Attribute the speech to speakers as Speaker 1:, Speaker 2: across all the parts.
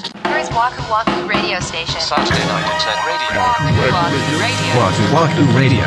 Speaker 1: Waku Waku Radio Station.
Speaker 2: Saturday night at 10 radio.
Speaker 1: Waku Waku Radio.
Speaker 3: Wahoo Wahoo Radio.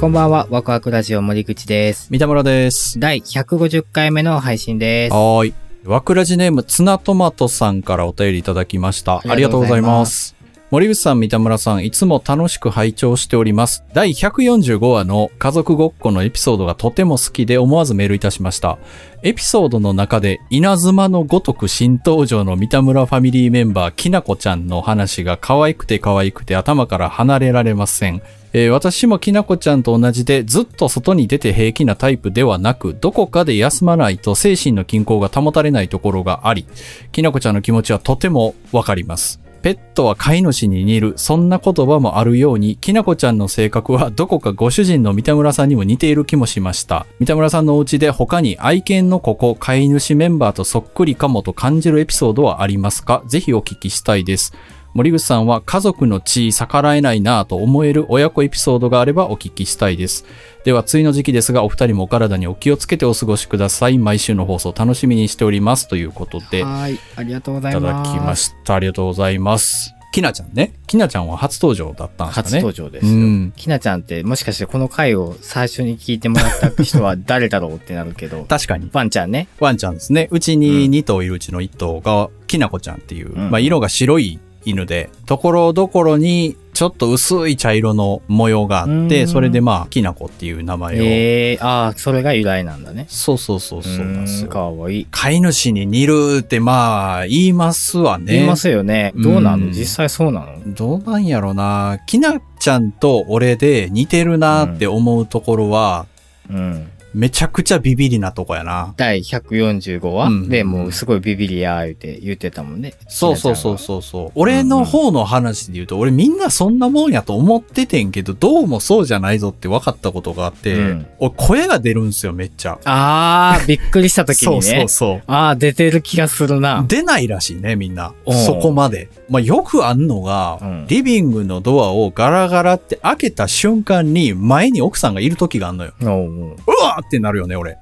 Speaker 4: こんばんは、ワクワクラジオ森口です。
Speaker 5: 三田村です。
Speaker 4: 第150回目の配信です。
Speaker 5: はーい。わくらじネーム、ツナトマトさんからお便りいただきました。
Speaker 4: あ
Speaker 5: あ
Speaker 4: り
Speaker 5: り
Speaker 4: がと
Speaker 5: がと
Speaker 4: うご
Speaker 5: うご
Speaker 4: ざい
Speaker 5: ざい
Speaker 4: ま
Speaker 5: ます。森口さん、三田村さん、いつも楽しく拝聴しております。第145話の家族ごっこのエピソードがとても好きで思わずメールいたしました。エピソードの中で稲妻のごとく新登場の三田村ファミリーメンバーきなこちゃんの話が可愛くて可愛くて頭から離れられません。えー私もきなこちゃんと同じでずっと外に出て平気なタイプではなく、どこかで休まないと精神の均衡が保たれないところがあり、きなこちゃんの気持ちはとてもわかります。ペットは飼い主に似る、そんな言葉もあるように、きなこちゃんの性格はどこかご主人の三田村さんにも似ている気もしました。三田村さんのお家で他に愛犬のここ、飼い主メンバーとそっくりかもと感じるエピソードはありますかぜひお聞きしたいです。森口さんは家族の地位逆らえないなぁと思える親子エピソードがあればお聞きしたいです。では、次の時期ですが、お二人もお体にお気をつけてお過ごしください。毎週の放送楽しみにしております。ということで、
Speaker 4: はーい、ありがとうござ
Speaker 5: い
Speaker 4: い
Speaker 5: た
Speaker 4: ま
Speaker 5: だ
Speaker 4: す。
Speaker 5: きました。ありがとうございます。きなちゃんね。きなちゃんは初登場だったんですかね。
Speaker 4: 初登場です
Speaker 5: う
Speaker 4: よ
Speaker 5: ん。、
Speaker 4: きなちゃんって、もしかしてこの回を最初に聞いてもらった人は 誰だろうってなるけど
Speaker 5: 確かに。
Speaker 4: ワンちゃんね。
Speaker 5: ワンちゃんですね。うちに2頭いるうちの1頭が、きなこちゃんっていう、
Speaker 4: ん
Speaker 5: まあ色が白い犬で、ところどころにちょっと薄い茶色の模様があっ
Speaker 4: う
Speaker 5: て、
Speaker 4: ん
Speaker 5: それでまあ、きなこっていう名前を。
Speaker 4: えー、ああ、それが由来なんだね。
Speaker 5: そうそうそうそうなんです
Speaker 4: ーん
Speaker 5: よ。
Speaker 4: かわいい。
Speaker 5: 飼い主に似るってまあ、言いますわね。
Speaker 4: 言いますよね。どうなの
Speaker 5: うん
Speaker 4: 実際そうなの
Speaker 5: どうなんやろな。きなちゃんと俺で似てるなって思うところは、
Speaker 4: うん。
Speaker 5: めちゃくちゃビビりなとこやな。
Speaker 4: 第145話、
Speaker 5: うん
Speaker 4: でもうすごいビビりやー言うて言ってたもんね。
Speaker 5: そうそうそう
Speaker 4: ひ
Speaker 5: そうそう。俺の方の話で言うと、俺みんなそんなもんやと思っててんけど、どうもそうじゃないぞって分かったことがあって、
Speaker 4: うん
Speaker 5: 俺声が出るんすよ、めっ
Speaker 4: な
Speaker 5: ちゃ。
Speaker 4: ちゃんは。あー、びっくりした時に
Speaker 5: そ
Speaker 4: ね。
Speaker 5: うそうそう。
Speaker 4: ああ、出てる気がするな。
Speaker 5: 出ないらしいね、みんな
Speaker 4: うん。
Speaker 5: そこまで。まあ、よくあんのが、
Speaker 4: うん
Speaker 5: リビングのドアをガラガラって開けた瞬間に、前に奥さんがいる時があんのよ。
Speaker 4: おうおう
Speaker 5: うわーってなるよね、俺。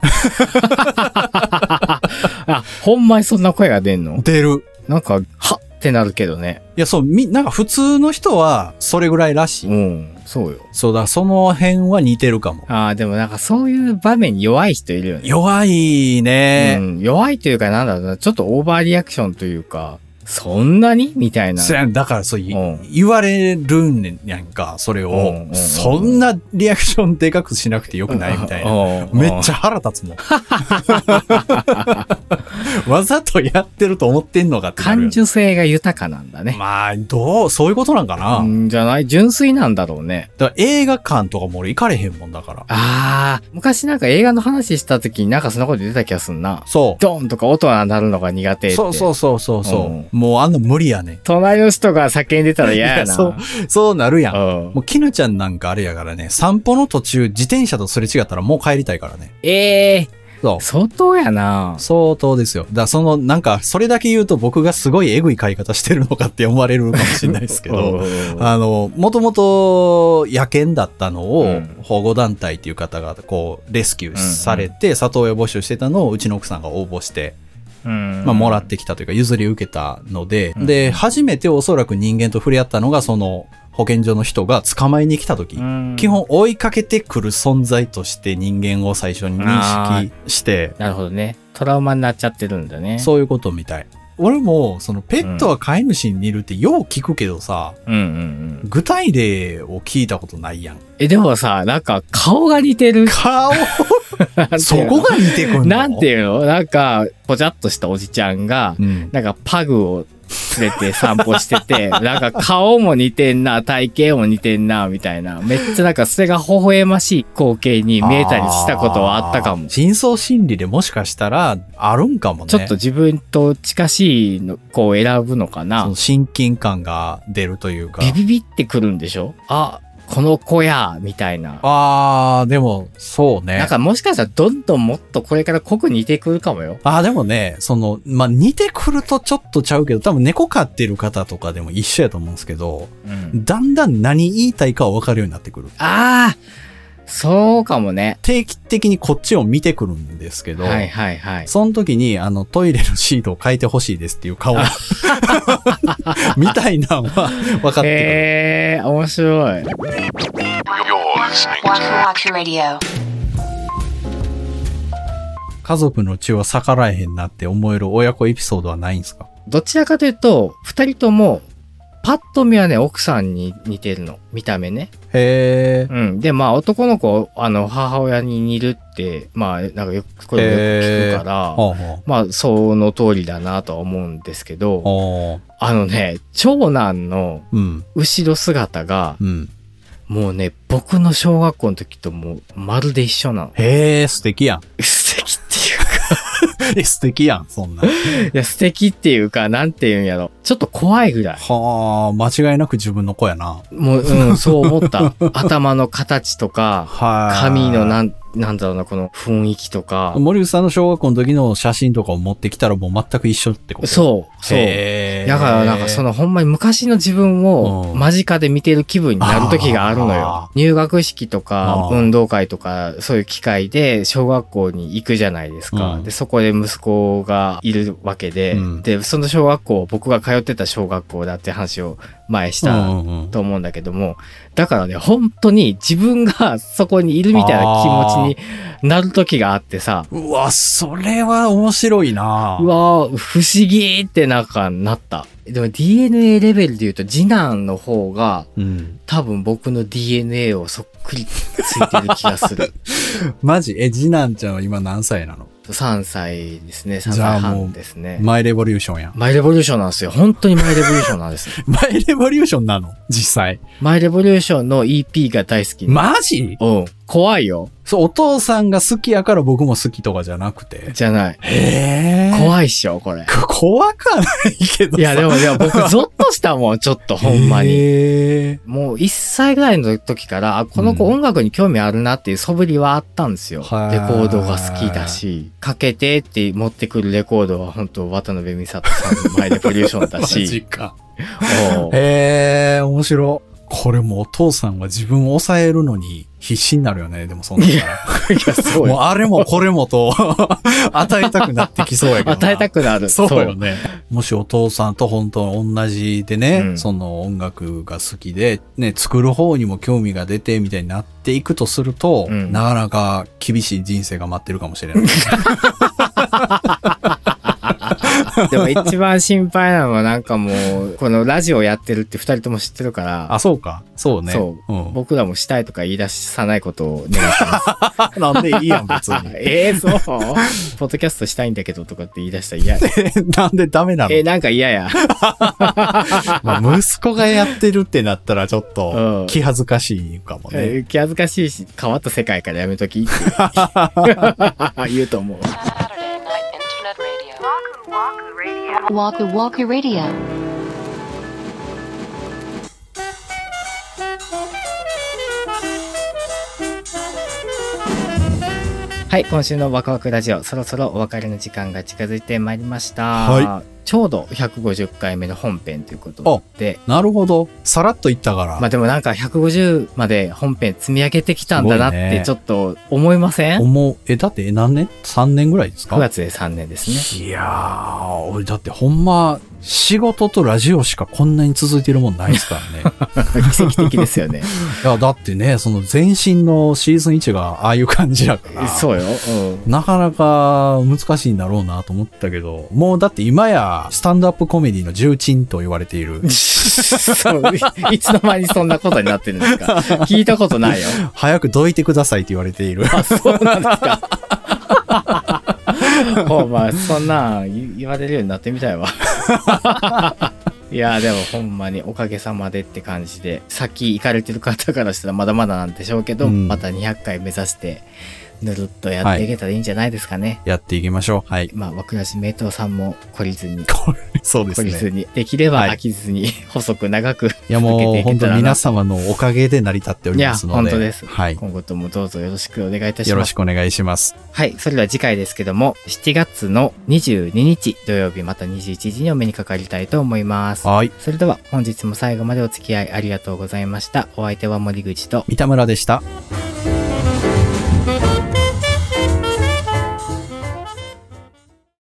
Speaker 4: あ、ほんまにそんな声が出んの
Speaker 5: 出る。
Speaker 4: なんか、はっってなるけどね。
Speaker 5: いや、そう、み、なんか普通の人は、それぐらいらしい。
Speaker 4: うん、そうよ。
Speaker 5: そうだ、その辺は似てるかも。
Speaker 4: ああ、でもなんかそういう場面に弱い人いるよね。
Speaker 5: 弱いね。
Speaker 4: うん、弱いというかなんだろうな、ちょっとオーバーリアクションというか、そんなにみたいな。
Speaker 5: そやんだからそうい、
Speaker 4: うん
Speaker 5: 言われるんやんか、それを、
Speaker 4: うんうんうん
Speaker 5: そんなリアクションでかくしなくてよくないみたいな。
Speaker 4: な
Speaker 5: めっち
Speaker 4: ゃ。
Speaker 5: ゃ腹立つもん。 わざとやってると思ってんのかってなるよ
Speaker 4: 感
Speaker 5: ね
Speaker 4: 受性が豊かなんだね。
Speaker 5: まあ、どう、そういうことなんかな。
Speaker 4: うんじゃない純粋なんだろうね。
Speaker 5: だから映画館とかも俺行かれへんもんだから。
Speaker 4: ああ、昔なんか映画の話した時になんかそんなこと出た気がすんな。
Speaker 5: そう。
Speaker 4: ドーンとか音が鳴るのが苦手って。
Speaker 5: そうそうそうそうそう、
Speaker 4: うん
Speaker 5: もうあんな無理やねん。
Speaker 4: 隣の人が叫んでたら嫌やな。
Speaker 5: いや そう、そうなるやん。
Speaker 4: うん
Speaker 5: もう、きなちゃんなんかあれやからね、散歩の途中、自転車とすれ違ったらもう帰りたいからね。
Speaker 4: ええ
Speaker 5: そう。
Speaker 4: 相当やな。
Speaker 5: 相当ですよ。だからその、なんか、それだけ言うと僕がすごいエグい買い方してるのかって思われるかもしれないです けど、あの、もともと野犬だったの
Speaker 4: う
Speaker 5: を
Speaker 4: ん
Speaker 5: 保護団体っていう方がこう、レスキューされて、里親募集してたのをうちの奥さんが応募して、
Speaker 4: うん
Speaker 5: まあ、もらってきたというか譲り受けたので、
Speaker 4: うん
Speaker 5: で、初めておそらく人間と触れ合ったのが、その、保健所の人が捕まえに来た時、
Speaker 4: うん
Speaker 5: 基本追いかけてくる存在として人間を最初に認識して、
Speaker 4: なるほどね。トラウマになっちゃってるんだね。
Speaker 5: そういうことみたい。俺も、そのペットは飼い主に似るってよう聞くけどさ、
Speaker 4: うんうんうん。
Speaker 5: 具体例を聞いたことない やん。
Speaker 4: え、でもさ、なんか顔が似てる。
Speaker 5: 顔
Speaker 4: なんていうの
Speaker 5: そこが似てくんの
Speaker 4: なんていうのなんか、ぽちゃっとしたおじちゃんが、
Speaker 5: うん。
Speaker 4: なんかパグを連れて散歩してて、 なんか顔も似てんな、体型も似てんな、みたいな。めっちゃなんかそれが微笑ましい光景に見えたりしたことはあったかも
Speaker 5: あー。真相心理でもしかしたらあるんかもね。
Speaker 4: ちょっと自分と近しいの子を選ぶのか
Speaker 5: そ
Speaker 4: な
Speaker 5: の親近感が出るというか。
Speaker 4: ビビビってくるんでしょあ、この子や、みたいな。
Speaker 5: あー、でも、そうね。
Speaker 4: なんかもしかしたらどんどんもっとこれから濃く似てくるかもよ。
Speaker 5: ああ、でもね、その、まあ、似てくるとちょっとちゃうけど、多分猫飼ってる方とかでも一緒やと思うんですけど、だんだん何言いたいかは分かるようになってくる。
Speaker 4: ああ、そうかもね。
Speaker 5: 定期的にこっちを見てくるんですけど、
Speaker 4: はいはいはい。
Speaker 5: その時に、あの、トイレのシートを変えてほしいですっていう顔 みたいなのは分かって
Speaker 4: へえー、面白い。
Speaker 1: Waku Waku Radio.
Speaker 5: くる。家族の血は逆らえへんなって思える親子エピソードはないんですか
Speaker 4: どちらかというと、二人とも、パッと見はね、奥さんに似てるの。見た目ね。
Speaker 5: へえ。
Speaker 4: うん。で、まあ、男の子、あの、母親に似るって、まあ、なんかよく、これもよく聞くから、
Speaker 5: ほうほ
Speaker 4: まあ、その通りだなとは思うんですけ
Speaker 5: う
Speaker 4: ど、
Speaker 5: ほう
Speaker 4: あのね、長男の
Speaker 5: うん。
Speaker 4: 後ろ姿が、
Speaker 5: うん。。
Speaker 4: もうね、僕の小学校の時ともう、まるで一緒なの
Speaker 5: へえ、素敵やん。
Speaker 4: 素敵っていう
Speaker 5: え素敵やん、そんなん。
Speaker 4: いや、素敵っていうか、なんていうんやろ。ちょっと怖いぐらい。
Speaker 5: はあ、間違いなく自分の子やな。
Speaker 4: もう、うん、そう思 った。頭の形とか、
Speaker 5: はい。
Speaker 4: 髪のなん、なんだろうな、この雰囲気とか。
Speaker 5: 森口さんの小学校の時の写真とかを持ってきたらもう全く一緒ってこと
Speaker 4: そう、そう。
Speaker 5: へー
Speaker 4: だからなんかそのほんまに昔の自分を
Speaker 5: うん
Speaker 4: 間近で見てる気分になる時があるのよ
Speaker 5: あ。
Speaker 4: 入学式とか
Speaker 5: あー
Speaker 4: 運動会とかそういう機会で小学校に行くじゃないですか。
Speaker 5: うん
Speaker 4: で、そこで息子がいるわけで、
Speaker 5: うん
Speaker 4: で、その小学校、僕が通ってた小学校だって話を前し
Speaker 5: う
Speaker 4: た
Speaker 5: んうんうん
Speaker 4: と思うんだけども、だからね、本当に自分がそこにいるみたいな気持ちになる時があってさ、
Speaker 5: うわ、それは面白いな
Speaker 4: うわー不思議ってなんかなった。でも DNA レベルで言うと、次男の方が、
Speaker 5: うん。
Speaker 4: 多分僕の DNA をそっくりついてる気がす る。
Speaker 5: マジえ、次男ちゃんは今何歳なの
Speaker 4: 3歳ですね、3
Speaker 5: じゃ
Speaker 4: 歳
Speaker 5: あもう
Speaker 4: 半ですね。
Speaker 5: マイレボリューションやん。
Speaker 4: マイレボリューションなんですよ。本当にマイレボリューションなんです。
Speaker 5: マイレボリューションなの実際。
Speaker 4: マイレボリューションの EP が大好き。
Speaker 5: マジ
Speaker 4: うん。怖いよ。
Speaker 5: そう、お父さんが好きやから僕も好きとかじゃなくて。
Speaker 4: じゃない。
Speaker 5: へー。
Speaker 4: 怖いっしょ、これ。
Speaker 5: 怖かないけどさ。
Speaker 4: いや、でも、いや、僕、ゾッとしたもん、ちょっと、ほんまに。
Speaker 5: へー
Speaker 4: もう1歳ぐらいの時から、あこの子
Speaker 5: うん
Speaker 4: 音楽に興味あるなっていう素振りはあったんですよ。レコ
Speaker 5: はい
Speaker 4: ードが好きだし、かけてって持ってくるレコードは本当渡辺美里さんの前でポリューションだ
Speaker 5: マジ
Speaker 4: し。
Speaker 5: か。
Speaker 4: おう
Speaker 5: へえー、面白い。これもうお父さんは自分を抑えるのに必死になるよね、でもそんなの。
Speaker 4: いやいや、そう
Speaker 5: もう
Speaker 4: よ。
Speaker 5: あれもこれ もと与えたくなってきそうやけどな。
Speaker 4: 与えたくなる。
Speaker 5: そうよね。もしお父さんと本当に同じでね、
Speaker 4: うん
Speaker 5: その音楽が好きで、ね、作る方にも興味が出てみたいになっていくとすると、
Speaker 4: うん
Speaker 5: なかなか厳しい人生が待ってるかもしれない。
Speaker 4: そうでも一番心配なのはなんかもう、このラジオやってるって二人とも知ってるから、
Speaker 5: あ、そうか。そうね。。
Speaker 4: そう僕らもしたいとか言い出さないことを願 ってます。
Speaker 5: ん。なんでいいやん、別に。
Speaker 4: ええ そうポッドキャストしたいんだけどとかって言い出したら嫌や。
Speaker 5: なんでダメなの
Speaker 4: えーなんか嫌や。
Speaker 5: まあ、息子がやってるってなったらちょっ
Speaker 4: うん
Speaker 5: と気恥ずかしいかもね。
Speaker 4: えー気恥ずかしいし、変わった世界からやめときって 言うと思う。
Speaker 1: Saturday Night Internet Radio. Waku Waku Radio. Waku Waku Radio.
Speaker 4: はい、今週のワクワクラジオ、そろそろお別れの時間が近づいてまいりました。
Speaker 5: は
Speaker 4: ちょうど150回目の本編ということで、
Speaker 5: なるほど。さらっと言ったから、
Speaker 4: まあでもなんか150まで本編積み上げてきたんだなっ
Speaker 5: すごい
Speaker 4: て
Speaker 5: ね
Speaker 4: ちょっと思いません、
Speaker 5: 思う。え、だって何年 ?3 年ぐらいですか
Speaker 4: ?9 月で3年ですね。
Speaker 5: いやー、俺だってほんま、仕事とラジオしかこんなに続いてるもんないで すからね。
Speaker 4: 奇跡的ですよね。
Speaker 5: いや、だってね、その前身のシーズン1が ああいう感じだから。
Speaker 4: そうよ。うん。
Speaker 5: なかなか難しいんだろうなと思ったけど、もうだって今やスタンドアップコメディの重鎮と言われてい る
Speaker 4: そういつの間にそんなことになってるんですか聞いたことないよ。
Speaker 5: 早くどいてくださいと言われて いる。
Speaker 4: あ、そうなんですか。ほうまあそんなん言言われるようになってみたいわ。 いやでもほんまにおかげさまでって感じで先行かれてる方からしたらまだまだなんでしょうけど、
Speaker 5: うん
Speaker 4: また200回目指してぬるっとやっていけたらいいんじゃないですかね。
Speaker 5: やっていきましょ う。はい。
Speaker 4: まあ枠なし名刀さんも懲りずに。
Speaker 5: これそうです
Speaker 4: 懲りず
Speaker 5: ね。
Speaker 4: にできれば
Speaker 5: はい
Speaker 4: 飽きずに、細く長く
Speaker 5: いやもう
Speaker 4: 続けてい
Speaker 5: 本
Speaker 4: けた
Speaker 5: 当
Speaker 4: らな
Speaker 5: 皆様のおかげで成り立ってお
Speaker 4: い
Speaker 5: り
Speaker 4: や
Speaker 5: ますので。
Speaker 4: 本当です、
Speaker 5: はい。
Speaker 4: 今後ともどうぞよろしくお願いいたし
Speaker 5: よ
Speaker 4: ま
Speaker 5: ろ
Speaker 4: す
Speaker 5: しくお願いします。
Speaker 4: はい、それでは次回ですけども、7月の22日土曜日また21時にお目にかかりたいと思います。
Speaker 5: はい。
Speaker 4: それでは本日も最後までお付き合いありがとうございました。お相手は森口と
Speaker 5: 三田村でした。
Speaker 1: Waku
Speaker 5: う